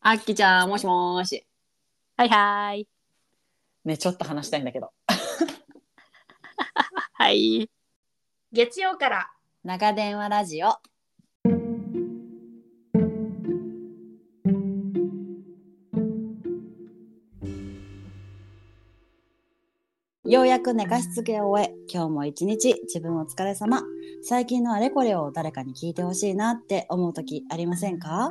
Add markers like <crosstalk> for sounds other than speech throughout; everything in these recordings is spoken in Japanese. あっきちゃん、もしもーし。はいはい。ね、ちょっと話したいんだけど。はい。月曜から長電話ラジオ。ようやく寝かしつけを終え、今日も一日自分お疲れ様。最近のあれこれを誰かに聞いてほしいなって思う時ありませんか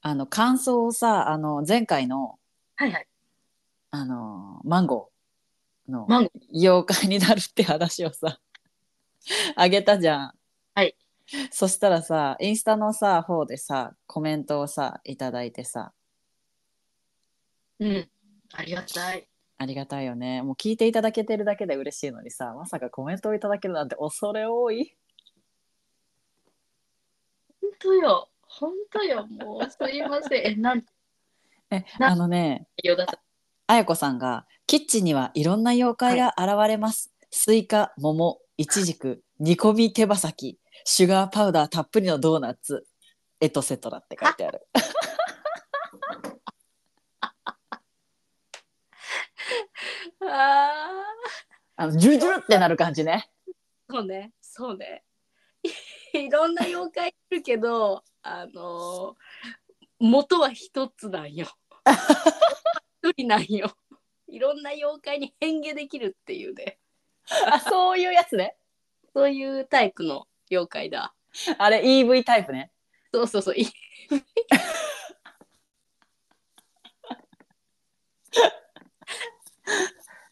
あの、感想をさ、あの、前回の、はいはいあの、マンゴーのマンゴ妖怪になるって話をさ、あげたじゃん。はい。そしたらさ、インスタのさ、方でさ、コメントをさ、いただいてさ、うんありがたいありがたいよね。もう聞いていただけてるだけで嬉しいのにさ、まさかコメントをいただけるなんて恐れ多い。本当よ本当よもうすいませんえなんてえ、なあのね、よだったあやこさんが、キッチンにはいろんな妖怪が現れます。スイカ、桃、イチジク、煮込み手羽先、シュガーパウダーたっぷりのドーナツ、エトセトラって書いてある。ああのジュルジュルってなる感じね。ーそうねそうね <laughs> いろんな妖怪いるけどあのー元は一つなん <laughs> よ一人なんよいろんな妖怪に変化できるっていうねあ、そういうやつね。そういうタイプの妖怪だあれ EV タイプね。そうそう <laughs> そうい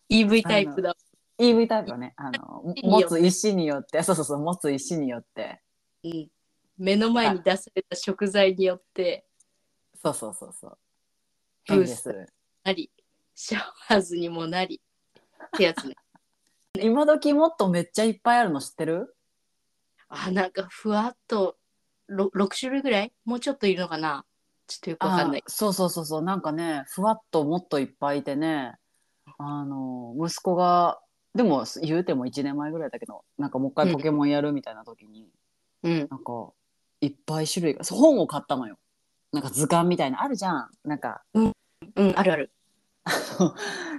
い EV タイプだ EV タイプはね、あの、持つ石によって、そうそうそう、持つ石によって。うん、目の前に出された食材によってそうそうそうそう。ブ変ー化スする。なりシャワーズにもなりってやつ <laughs> ね今時もっとめっちゃいっぱいあるの知ってるあなんかふわっとろ6種類ぐらいもうちょっといるのかなちょっとよくわかんないあそうそうそうそうなんかねふわっともっといっぱいいてねあの息子がでも言うても1年前ぐらいだけどなんかもう一う回んポケモンやるみたいな時に、うんなんかいっぱい種類がそう本を買ったのよなんか図鑑みたいなあるじゃんなんかうんあるある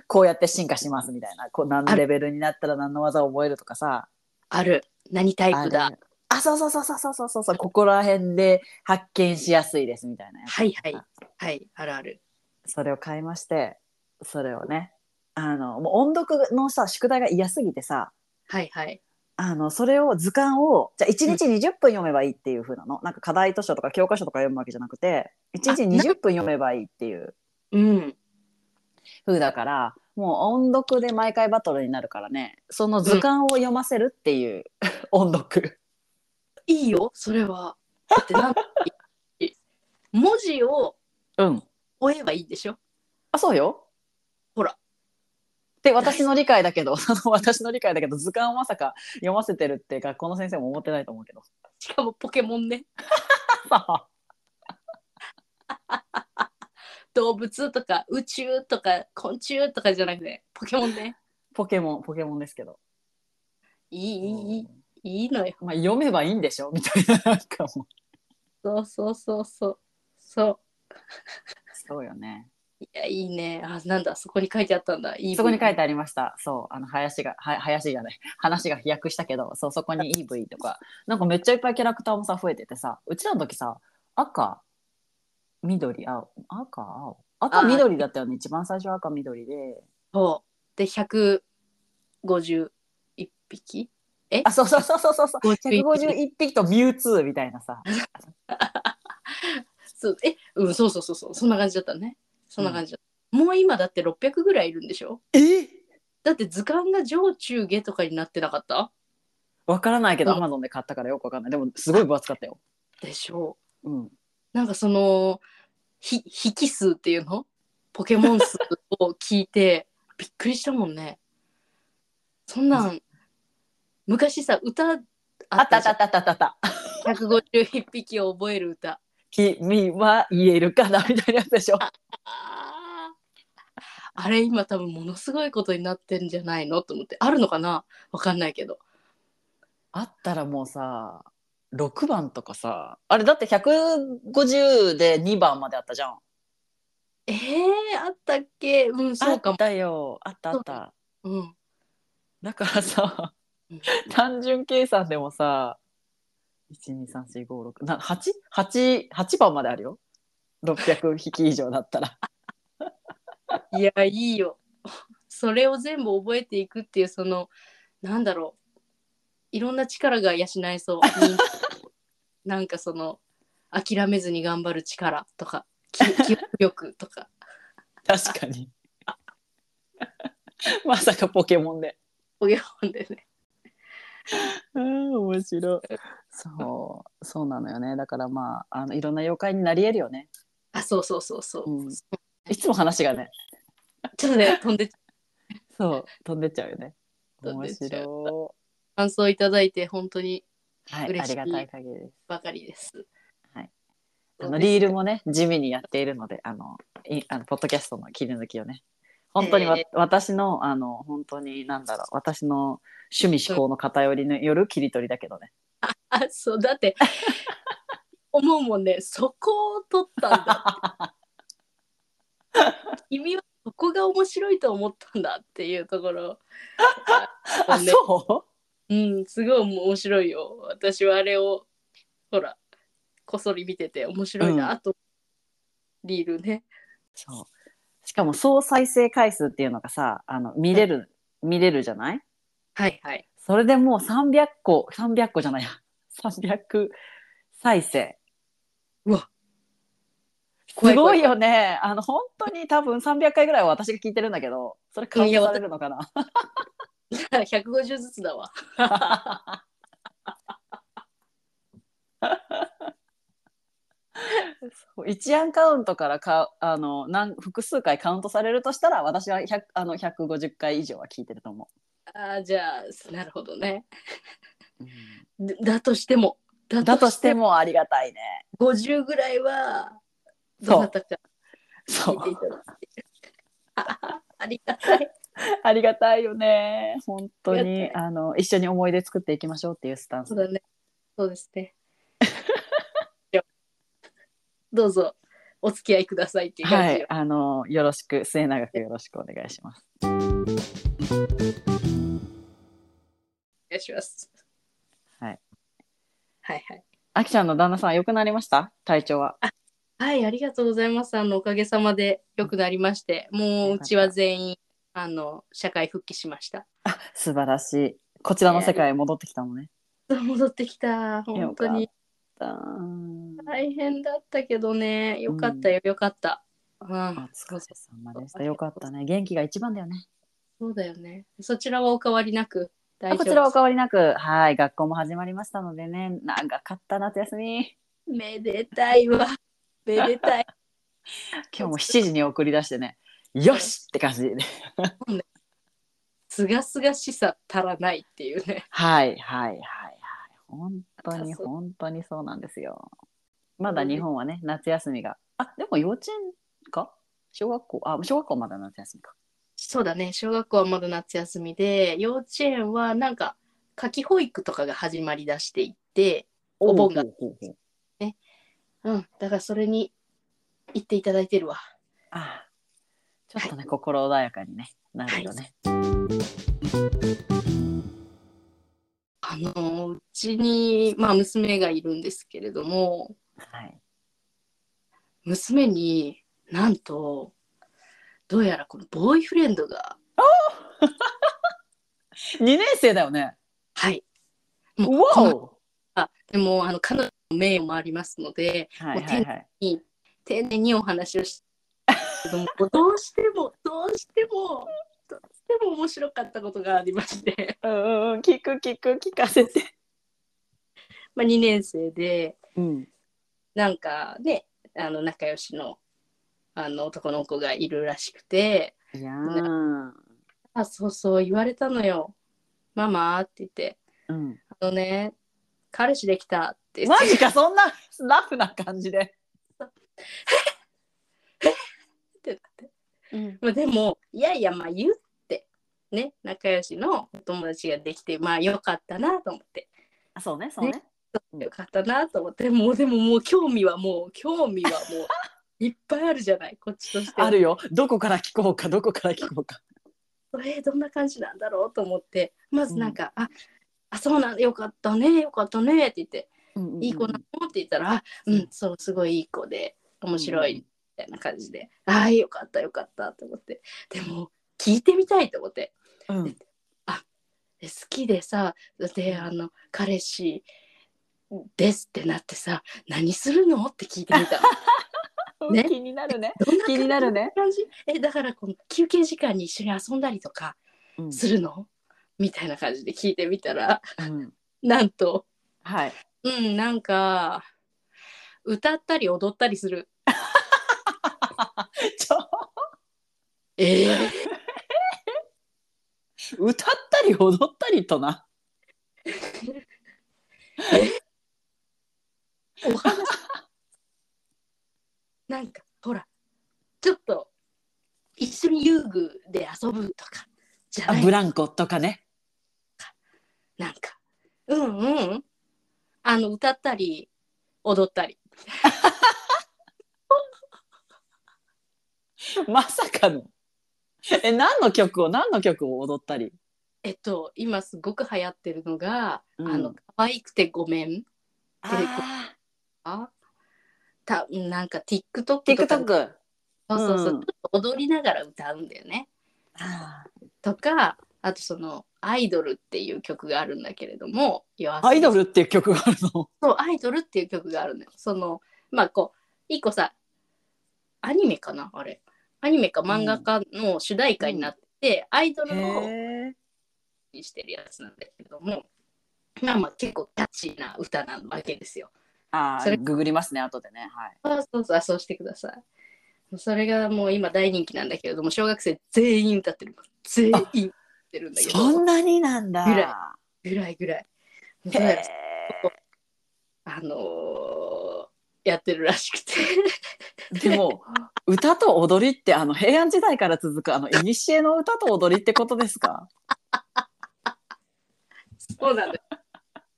こうやって進化しますみたいなこう何のレベルになったら何の技を覚えるとかさある何タイプだあれあそうそうそうそうそうそうそうここら辺で発見しやすいですみたいなやつはいはいはいあるあるそれを買いましてそれをねあのもう音読のさ宿題が嫌すぎてさはいはいあのそれを図鑑をじゃあ1日20分読めばいいっていう風なの、なんか課題図書とか教科書とか読むわけじゃなくて1日あ20分読めばいいっていううん風だからもう音読で毎回バトルになるからねその図鑑を読ませるっていう、音読いいよそれはだってなん文字をうん追えばいいんでしょあそうよほらで私の理解だけどその私の理解だけど図鑑をまさか読ませてるって学校の先生も思ってないと思うけどしかもポケモンね動物とか宇宙とか昆虫とかじゃなくてポケモンね <laughs> ポケモン、ポケモンですけど。いいいいいいいいのよまあ、読めばいいんでしょみ <laughs> たいな、なんかもう。そうそうそうそうそうそうよね。いや、いいね。あ、なんだ、そこに書いてあったんだ。いいそこに書いててありました。そう、あの、林が、は林じゃない。話が飛躍したけど、そう、そこに EV と <laughs> か、なんかめっちゃいっぱいキャラクターもさ、増えててさ、うちらの時さ、赤、緑、青、赤、青。赤、あー緑だったよね。一番最初は赤、緑で。そう。で、151匹あ、そうそうそうそうそうそう。 51 151匹とミュウツーみたいなさ。そう。え、うん、そうそうそうそう。そんな感じだったね。そんな感じだった。もう今だって600ぐらいいるんでしょえだって図鑑が上中下とかになってなかったわからないけど、うアんマゾンで買ったからよくわかんない。でも、すごい分厚かったよ。でしょうん。う。なんかその、ひ、引き数っていうのポケモンスを聞いて <laughs> びっくりしたもんねそんなん昔さ歌あっあったあたっじたゃあんったあったあった。 151匹を覚える歌君は言えるかなみたいなやつでしょ。あーあれ今多分ものすごいことになってんじゃないのと思ってあるのかなわかんないけどあったらもうさ、6番とかさ、あれだって150で2番まであったじゃん。えー、あったっけうんそうあかっも、たよ。あったあった。うん、だからさうん、単純計算でもさ、1,2,3,4,5,6,7,8?8 番まであるよ。600匹以上だったら。いやいいよ <laughs> それを全部覚えていくっていうそのなんだろういろんな力が養えそう <laughs> みんなんかその諦めずに頑張る力とかき <laughs> 記憶力とか確かに。まさかポケモンで。ポケモンでね <laughs> うん、面白い。そう、そうなのよね。だからまあ、あのいろんな妖怪になり得るよね。あそうそうそうそう、うん。いつも話がね、ちょっとね飛んでっちゃうそう、飛んでっちゃうよね。飛ん面でっちゃう白感想いただいて本当にい。はい、嬉ありしいがたい限りです。ばかりです。はい。そあうのですリールもね、地味にやっているので、あの、いあのポッドキャストの切り抜きをね。本当にわ、えー私の、あの、本当に、なんだろう、私の趣味思考の偏りによる切り取りだけどね。 <laughs> あ、そうだって思うもんね。 <laughs> そこを取ったんだ。 <laughs> 君はそこが面白いと思ったんだっていうところ。 <laughs> あ、そううん、すごい面白いよ。私はあれをほらこっそり見てて面白いな、うんとリールね。そう。しかも総再生回数っていうのがさ、あの見れる、見れるじゃないはいはい。それでもう300個、300個じゃないや。300再生。うわ。すご怖い怖よね。あの、本当に多分300回ぐらいは私が聞いてるんだけど、それカウントされるのかな150ずつだわ。そう一案カウントからかあの何複数回カウントされるとしたら私は100あの150回以上は聞いてると思あーじゃあなるほどね。う、だだとしても。だだとしてもありがたいね50ぐらいはそうどなたかそ聞ういていただいてあありがたい <laughs> ありがたいよね本当ありがにたあの一緒に思い出作っていきましょうっていうスタンそスうだねそうですねじゃあどうぞお付き合いくださいっていう感はじよ、いあのよろしく末永くよろしくお願いしますお願いしますはいはいはいあきちゃんの旦那さん良くなりました体調ははいありがとうございますあのおかげさまで良くなりましてもううちは全員あの社会復帰しました素晴らしいこちらの世界へ戻ってきたのね戻ってきた本当によかったうん大変だったけどねよかったよ、よかったうんお疲れ様でした。よかったね。元気が一番だよね。そうだよね。そちらはお変わりなく大丈あ夫こちらお変わりなく、はい、学校も始まりましたのでね、長かった夏休み。めでたいわ。めでたい。今日も7時に送り出してね、よしって感じで、ね。すがすがしさ足らないっていうね。はいはいはいはい。本当に本当にそうなんですよ。まだ日本はね、夏休みが。あ、でも幼稚園か小学校あ、小学校まだ夏休みか。そうだね。小学校はまだ夏休みで、幼稚園はなんか夏季保育とかが始まりだしていて、お盆がほうほうほうほううん。だからそれに行っていただいてるわ。あちょっとね、心穏やかにね、なるよね。あのうちにまあ娘がいるんですけれども、はい。娘になんとどうやらこのボーイフレンドが2年生だよね。はい。うもうこわのおあでもあの彼女の名誉もありますのではいはいはい。丁寧にお話をしてどどうしてもどうしてもどうしても面白かったことがありまして、 <laughs> うんうんうん、聞く聞く聞かせて。まあ、2年生でうん。なんかねあの仲良しのあの男の子がいるらしくていやーあそうそう言われたのよ「ママ」って言ってうん「あのね彼氏できた」って言マってジかそんなラフな感じで、ってなってまあでもいやいやまあ言うってね仲良しのお友達ができてまあよかったなと思ってあそうねそうねよかったなと思ってもうでももう興味はもう興味はも <laughs> ういっぱいあるじゃないこっちとしてはあるよどこから聞こうかどこから聞こうかえーどんな感じなんだろうと思ってまずなんか「ああそうなんだよかったねよかったね」って言って「いい子なの?」って言ったら「あうんそうすごいいい子で面白い」みたいな感じで「ああよかったよかった」と思ってでも聞いてみたいと思ってうんで好きでさであの彼氏ですってなってさ何するのって聞いてみた <laughs> のうんね気になるねどんな気になるね感じえだからこの休憩時間に一緒に遊んだりとかうんするの、みたいな感じで聞いてみ <laughs> たらうんなんとはいうんなんか歌ったり踊ったりする <laughs> ちょえ歌ったり踊ったりとなお話 <laughs> なんかほらちょっと一緒に遊具で遊ぶとかじゃあないブランコとかねなんかうんうんあの歌ったり踊ったりまさかのえ何の曲を何の曲を踊ったりえっと今すごく流行ってるのが「うんあの可愛くてごめんああ」たなんか TikTok とか TikTok そうそうそうう、んちょっと踊りながら歌うんだよねあとかあとその「アイドル」っていう曲があるんだけれども夜遊ーびアイドルっていう曲があるのそうアイドルっていう曲があるのよそのまあこう一個さアニメかなあれアニメか漫画家の主題歌になってて、アイドルをへにしてるやつなんだけども、まあまあ結構キャッチーな歌なわけですよ。あそれーググりますね後でねはいあそうそう、あそうしてください。それがもう今大人気なんだけれども、小学生全員歌ってる。全員歌ってるんだけど、そんなになんだぐらぐらいぐらい。どうやらへあのーやってるらしく <laughs> て。ーでも歌と踊りってあの平安時代から続くあの古の歌と踊りってことですかそうなんだよ。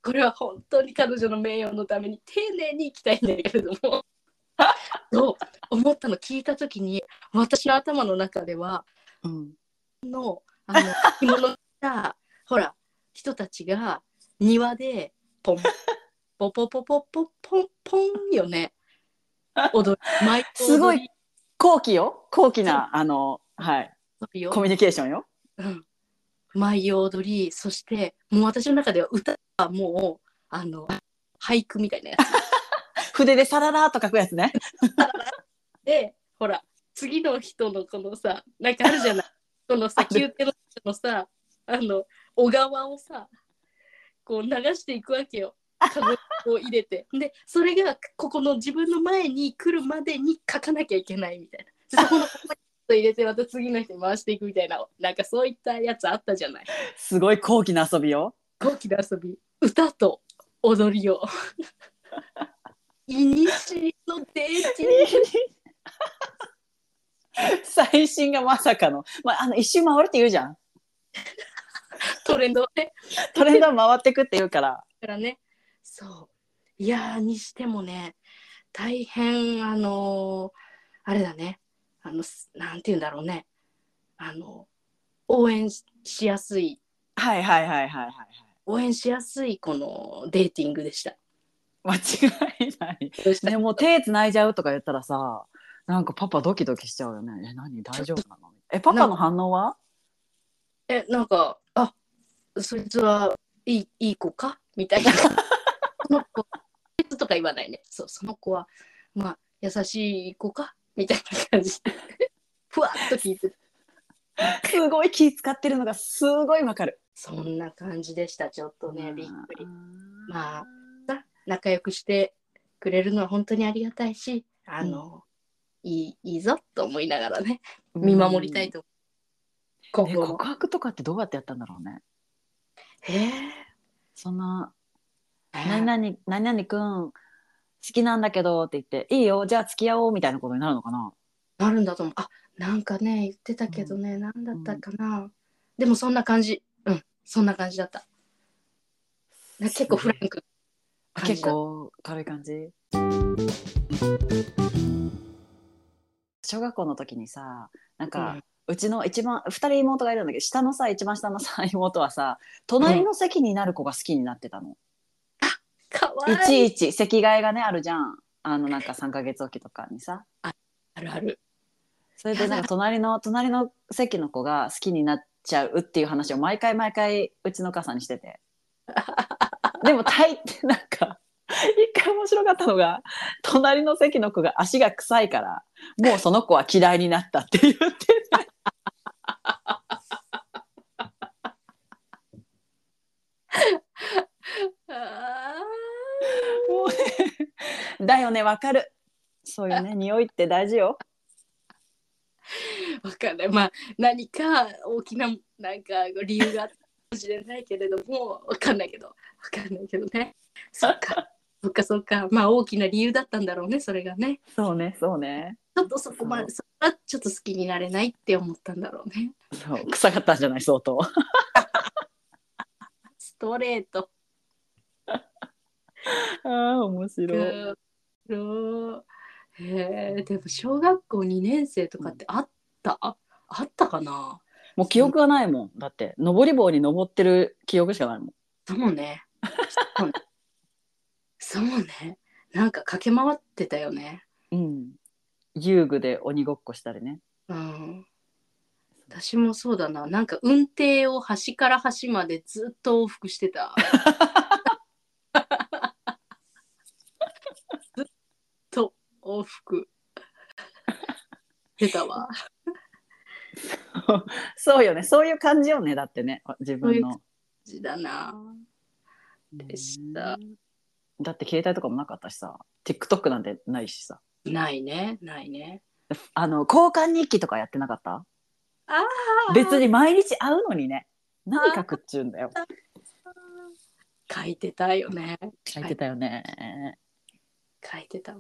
これは本当に彼女の名誉のために丁寧にいきたいんだけれども。 <laughs> と思ったの聞いた時に私の頭の中ではうんのあの着物着 <laughs> たほら人たちが庭でポンポポポポポポンポンよね踊り毎回 <laughs> すごい踊り後期よ高貴なあのはい踊りよコミュニケーションようん、舞を踊りそしてもう私の中では歌はもうあの俳句みたいなやつ筆でサララーっと書くやつねでほら次の人のこのさなんかあるじ <laughs> ゃないこのさある宮廷の人のさあの小川をさこう流していくわけよカゴを入れてでそれがここの自分の前に来るまでに書かなきゃいけないみたいなでそこのここに入れてまた次の人に回していくみたいななんかそういったやつあったじゃないすごい高貴な遊びよ高貴な遊び歌と踊りを <laughs> いにしのデーティング <laughs> 最新がまさかの,、まあ、あの一周回るって言うじゃんトレンドねトレンドは回ってくって言うから <laughs> からねそういやーにしてもね大変あのーあれだねあのすなんて言うんだろうねあの応援ししやすいはいはいはいはいはいはい応援しやすいこのデーティングでした。間違いないどうした <laughs> でも手つないじゃうとか言ったらさなんかパパドキドキしちゃうよねえ何大丈夫なのえパパの反応はえなんかあそいつはいいいい子かみたいなその子そいつとか言わないねそうその子はまあ優しい子かみたいな感じでふわっと聞いて <laughs> すごい気使ってるのがすごいわかるそんな感じでしたちょっとねびっくりあまあ仲良くしてくれるのは本当にありがたいしあの、いいいいぞと思いながらね見守りたいと思うえ今後も告白とかってどうやってやったんだろうねえそんな「何ー々何々くん好きなんだけど」って言って「いいよじゃあ付き合おう」みたいなことになるのかななるんだと思うあなんかね言ってたけどね、なんだったかな、でもそんな感じうんそんな感じだったな結構フランクあ感じ結だ構軽い感じ小学校の時にさなんか、うんうちの一番2人妹がいるんだけど下のさ一番下のさ妹はさ隣の席になる子が好きになってたの、かわいいいちいち席替えがねあるじゃんあのなんか3ヶ月おきとかにさあるあるそれでなんか隣の <laughs> 隣の席の子が好きになっちゃうっていう話を毎回毎回うちのお母さんにして <laughs> てでも大抵なんか一回面白かったのが隣の席の子が足が臭いからもうその子は嫌いになったって言っててあもうね <laughs> だよねわかるそういうね匂いって大事よーわかんないまあ何か大きななんか理由があったかもしれないけれどもわかんないけどわかんないけどねそっか <laughs> そっかそっかまあ大きな理由だったんだろうねそれがねそうねそうねちょっとそこまでそこはちょっと好きになれないって思ったんだろうねそう臭かったんじゃない相当ストレートあー面白いうんへえでも小学校2年生とかってあった、ああったかなもう記憶がないもんだって登り棒に登ってる記憶しかないもんそうねそうねそうねなんか駆け回ってたよねうん、遊具で鬼ごっこしたりね。うん私もそうだななんか運転を端から端までずっと往復してたずっと往復してたわそうよね、そういう感じよね、だってね、自分の。感じだなでしたうん。だって携帯とかもなかったしさ、TikTok なんてないしさ。ないねないねあの交換日記とかやってなかった？あ別に毎日会うのにね、何書くっちゅうんだよ。書いてたよね書いてたよね。書いてたわ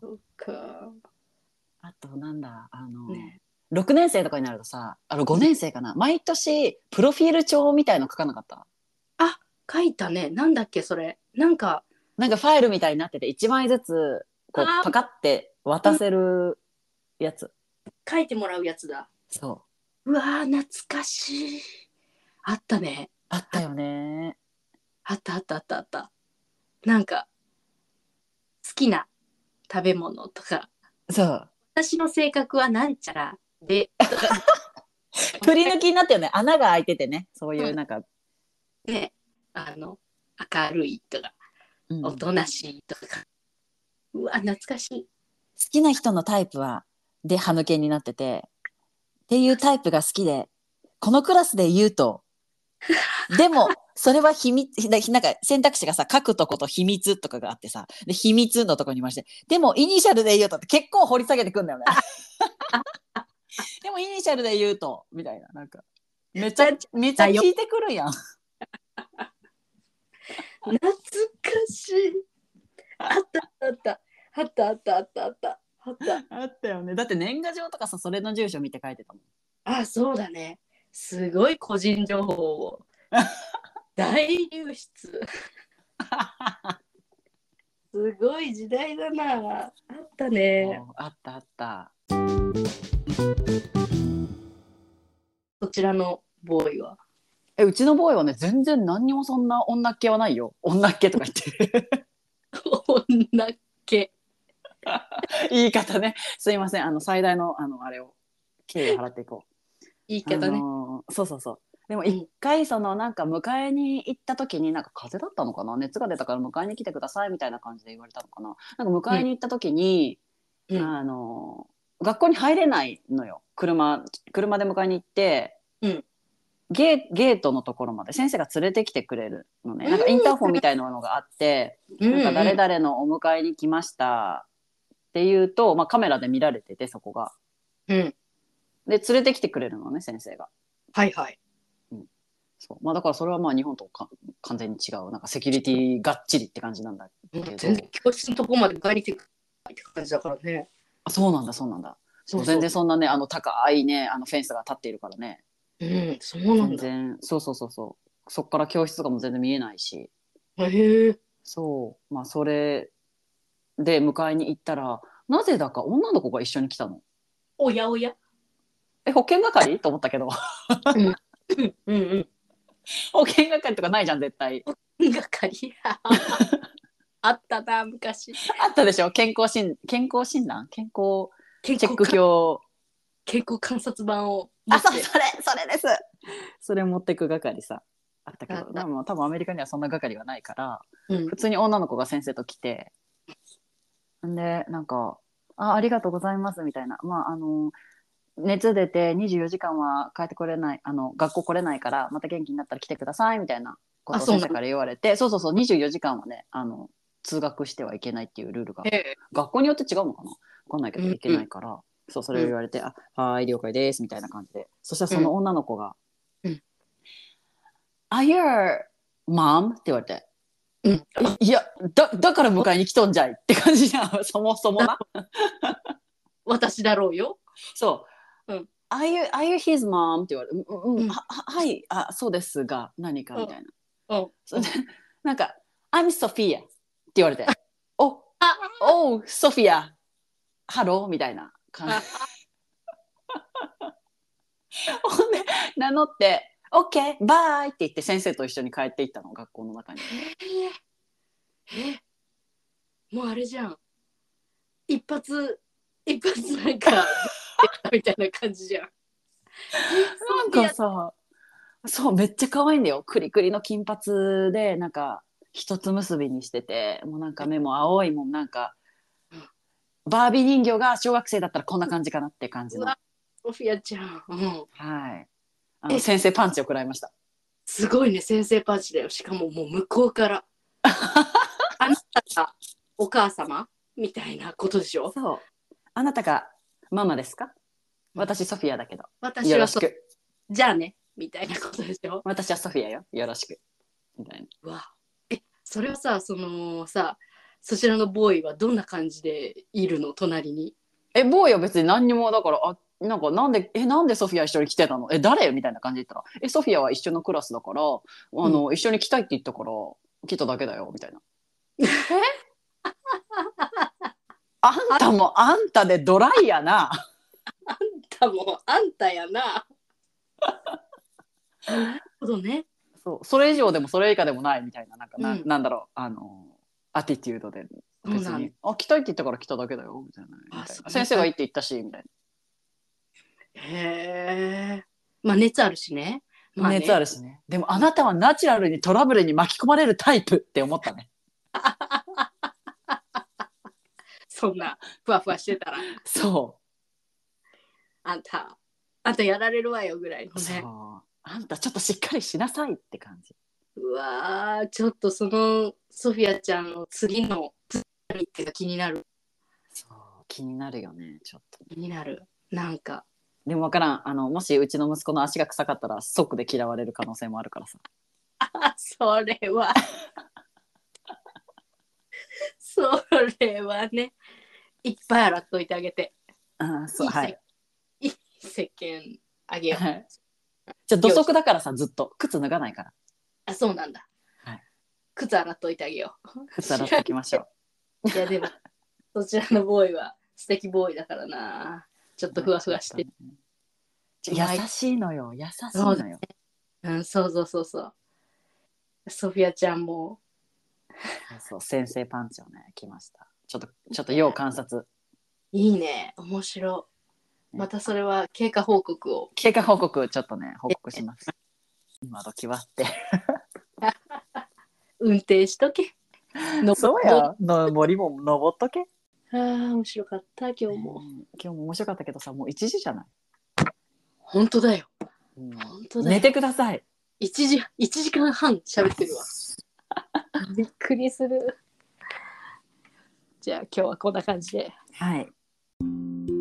そっかあとなんだあの、ね六年生とかになるとさ、あの五年生かな、毎年プロフィール帳みたいの書かなかった？書いたねなんだっけそれなんかなんかファイルみたいになってて一枚ずつこうあーパカって渡せるやつ。書いてもらうやつだそう。うわー懐かしいあったねあったよね。あったあったあったあったなんか好きな食べ物とかそう。私の性格はなんちゃらで <laughs> とか振り抜きになったよね。穴が開いててね。そういううんなんか、 <laughs> ねあの明るいとかうんお好となしいとか。うわ、懐かしい。きな人のタイプは、で、歯抜けになってて、っていうタイプが好きで、このクラスで言うと、でも、それは秘密、だなんか選択肢がさ、書くとこと秘密とかがあってさ、で、秘密のとこにいまして、でも、イニシャルで言うとって結構掘り下げてくんだよね。でも、イニシャルで言うと、みたいな、なんか、めっちゃ、めっちゃ聞いてくるやん。懐かしい。あったあったあったあったあったあったあった。あったよね。だって年賀状とかさ、それの住所見て書いてたもん。あ、そうだね。すごい個人情報 <laughs> を大流出。すごい時代だな。あっ <laughs> たね。あったあった。そちらのボーイは。え、うちのボーイはね、全然何にもそんな女っ気はないよ。女っ気とか言ってる。 <laughs> 女っ気。言い方ね。すいません。あの、最大の、あの、あれを、敬意を払っていこう。言いあ方ね。のーそうそうそう。でもうん一回そのなんか迎えに行った時になんか風邪だったのかな熱が出たから迎えに来てくださいみたいな感じで言われたのかななんか迎えに行った時に、うんうんあのー学校に入れないのよ車車で迎えに行って、うんゲーゲートのところまで先生が連れてきてくれるのねなんかうんインターホンみたいなのがあって、うんなんか誰々のお迎えに来ましたっていうと、まあ、カメラで見られててそこがうん。で連れてきてくれるのね先生がはいはい。そう、まあ、だからそれはまあ日本とか完全に違うなんかセキュリティがっちりって感じなんだけど全然教室のとこまで借りてくって感じだからね。あそうなんだそうなんだそうそうそう全然そんなねあの高いねあのフェンスが立っているからねうん、そうなん全然だ。そうそうそうそうそっから教室とかも全然見えないしへえ。そうまあそれで迎えに行ったらなぜだか女の子が一緒に来たのおやおや。え保険 <laughs> 係と思ったけどうんうん保険係とかないじゃん絶対 <laughs> うん。がかりや。あったな、昔。あったでしょ健康診健康診断健康健チェック表健康観察版を持あって。そうそれそれですそれ持ってく係さあったけあっどたでも多分アメリカにはそんな係はないからうん普通に女の子が先生と来てんでなんか「あありがとうございます」みたいなまああの熱出て24時間は帰ってこれないあの学校来れないからまた元気になったら来てくださいみたいなことをあそう先なの生から言われてそうそうそう24時間はねあの通学してはいけないっていうルールがへえ学校によって違うのかな分かんないけどうんうんいけないから、そうそれを言われて「あはーい了解です」みたいな感じでそしたらその女の子が「うん Are you a mom?」って言われてうん。 「いやだだから迎えに来とんじゃい」って感じじゃん <laughs> そもそもな。私だろうよ。そう。うん。 Are you, are you his mom? って言われて、うんう、うんんはははい、あ、そうですが、何かみたいな。うん。それで <laughs> なんか、I'm Sophia って言われて、お、あ、おう、ソフィア、ハローみたいな感 <laughs> じ。ほんで、名乗って、OK、バイって言って先生と一緒に帰っていったの、学校の中に。ええもうあれじゃん一発一発なんかみたいな感じじゃんなんかさ、そう、めっちゃ可愛いんだよ。クリクリの金髪で、なんか、一つ結びにしてて、もうなんか目も青い、もうなんかうん、バービー人形が小学生だったらこんな感じかなって感じうの。わソフィアちゃん、うん、はい。あのえ先生パンチを食らいました。すごいね先生パンチだよしかももう向こうからあなたがお母様みたいなことでしょ <laughs> そう。あなたがママですか私ソフィアだけど。私よろはしそうく。じゃあねみたいなことでしょ私はソフィアよ。よろしく。みたいな。うわえそれはさそのさそちらのボーイはどんな感じでいるの隣にえ、坊や別に何にも、だから、あ、なんか、なんで、え、なんでソフィア一緒に来てたのえ、誰みたいな感じで言ったら、え、ソフィアは一緒のクラスだから、あの、一緒に来たいって言ったから、来ただけだよ、みたいな。 <laughs> あんたも、あんたでドライやな。あんたもあんたやな。なるほどね。そう、それ以上でもそれ以下でもないみたいな、なんか、なうんなんだろう、あの、アティテュードで。そう別なんに、あ、来たいって言ったから来ただけだよ、みたいな。みたいなあそう先生がいいって言ったし、みたいな。へえ。まあ熱あるしね。まあね、熱あるしね。でもあなたはナチュラルにトラブルに巻き込まれるタイプって思 <laughs> ったね。そんなふわふわしてたらそ。あんたあんたやられるわよぐらいうのね。そう。あんたちょっとしっかりしなさいって感じ。うわーちょっとそのソフィアちゃんの次の次っていうか気になるそう。気になるよね、ちょっと。気になるなんかでもわからん。あの、もしうちの息子の足が臭かったら即で嫌われる可能性もあるからさ。あそれ <laughs> はそれはねいっぱい洗っといてあげて。あそう、はい。いい石鹸あげよう。はいじゃあ土足だからさ、ずっと。靴脱がないから。あ、そうなんだ。はい靴洗っといてあげよ靴洗っていきましょう。う。いや、でも、 <laughs> そちらのボーイは素敵ボーイだからな。ちょっとふわふわして。。優しいのよ、優しいのよ。うん、そうそうそうそう。ソフィアちゃんも、そうそう、先生パンチをね、来ました。ちょっと、ちょっと要観察。いいね。面白い。またそれは経過報告を。経過報告ちょっとね報告します。今時はって。運転しと <laughs> け。のそうのや。の森も登っとけ。あー面白かった、今日今日もも。面白かったけどさもう1時じゃない。本当だよ。うん本当だ寝よ。てください。 1時、一時 <laughs> 間半喋ってるわ。びっくりする。じゃあ今日はこんな感じで。はい。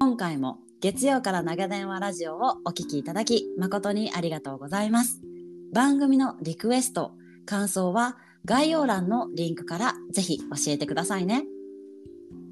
今回も月曜から長電話ラジオをお聞きいただき誠にありがとうございます。番組のリクエスト、感想は概要欄のリンクからぜひ教えてくださいね。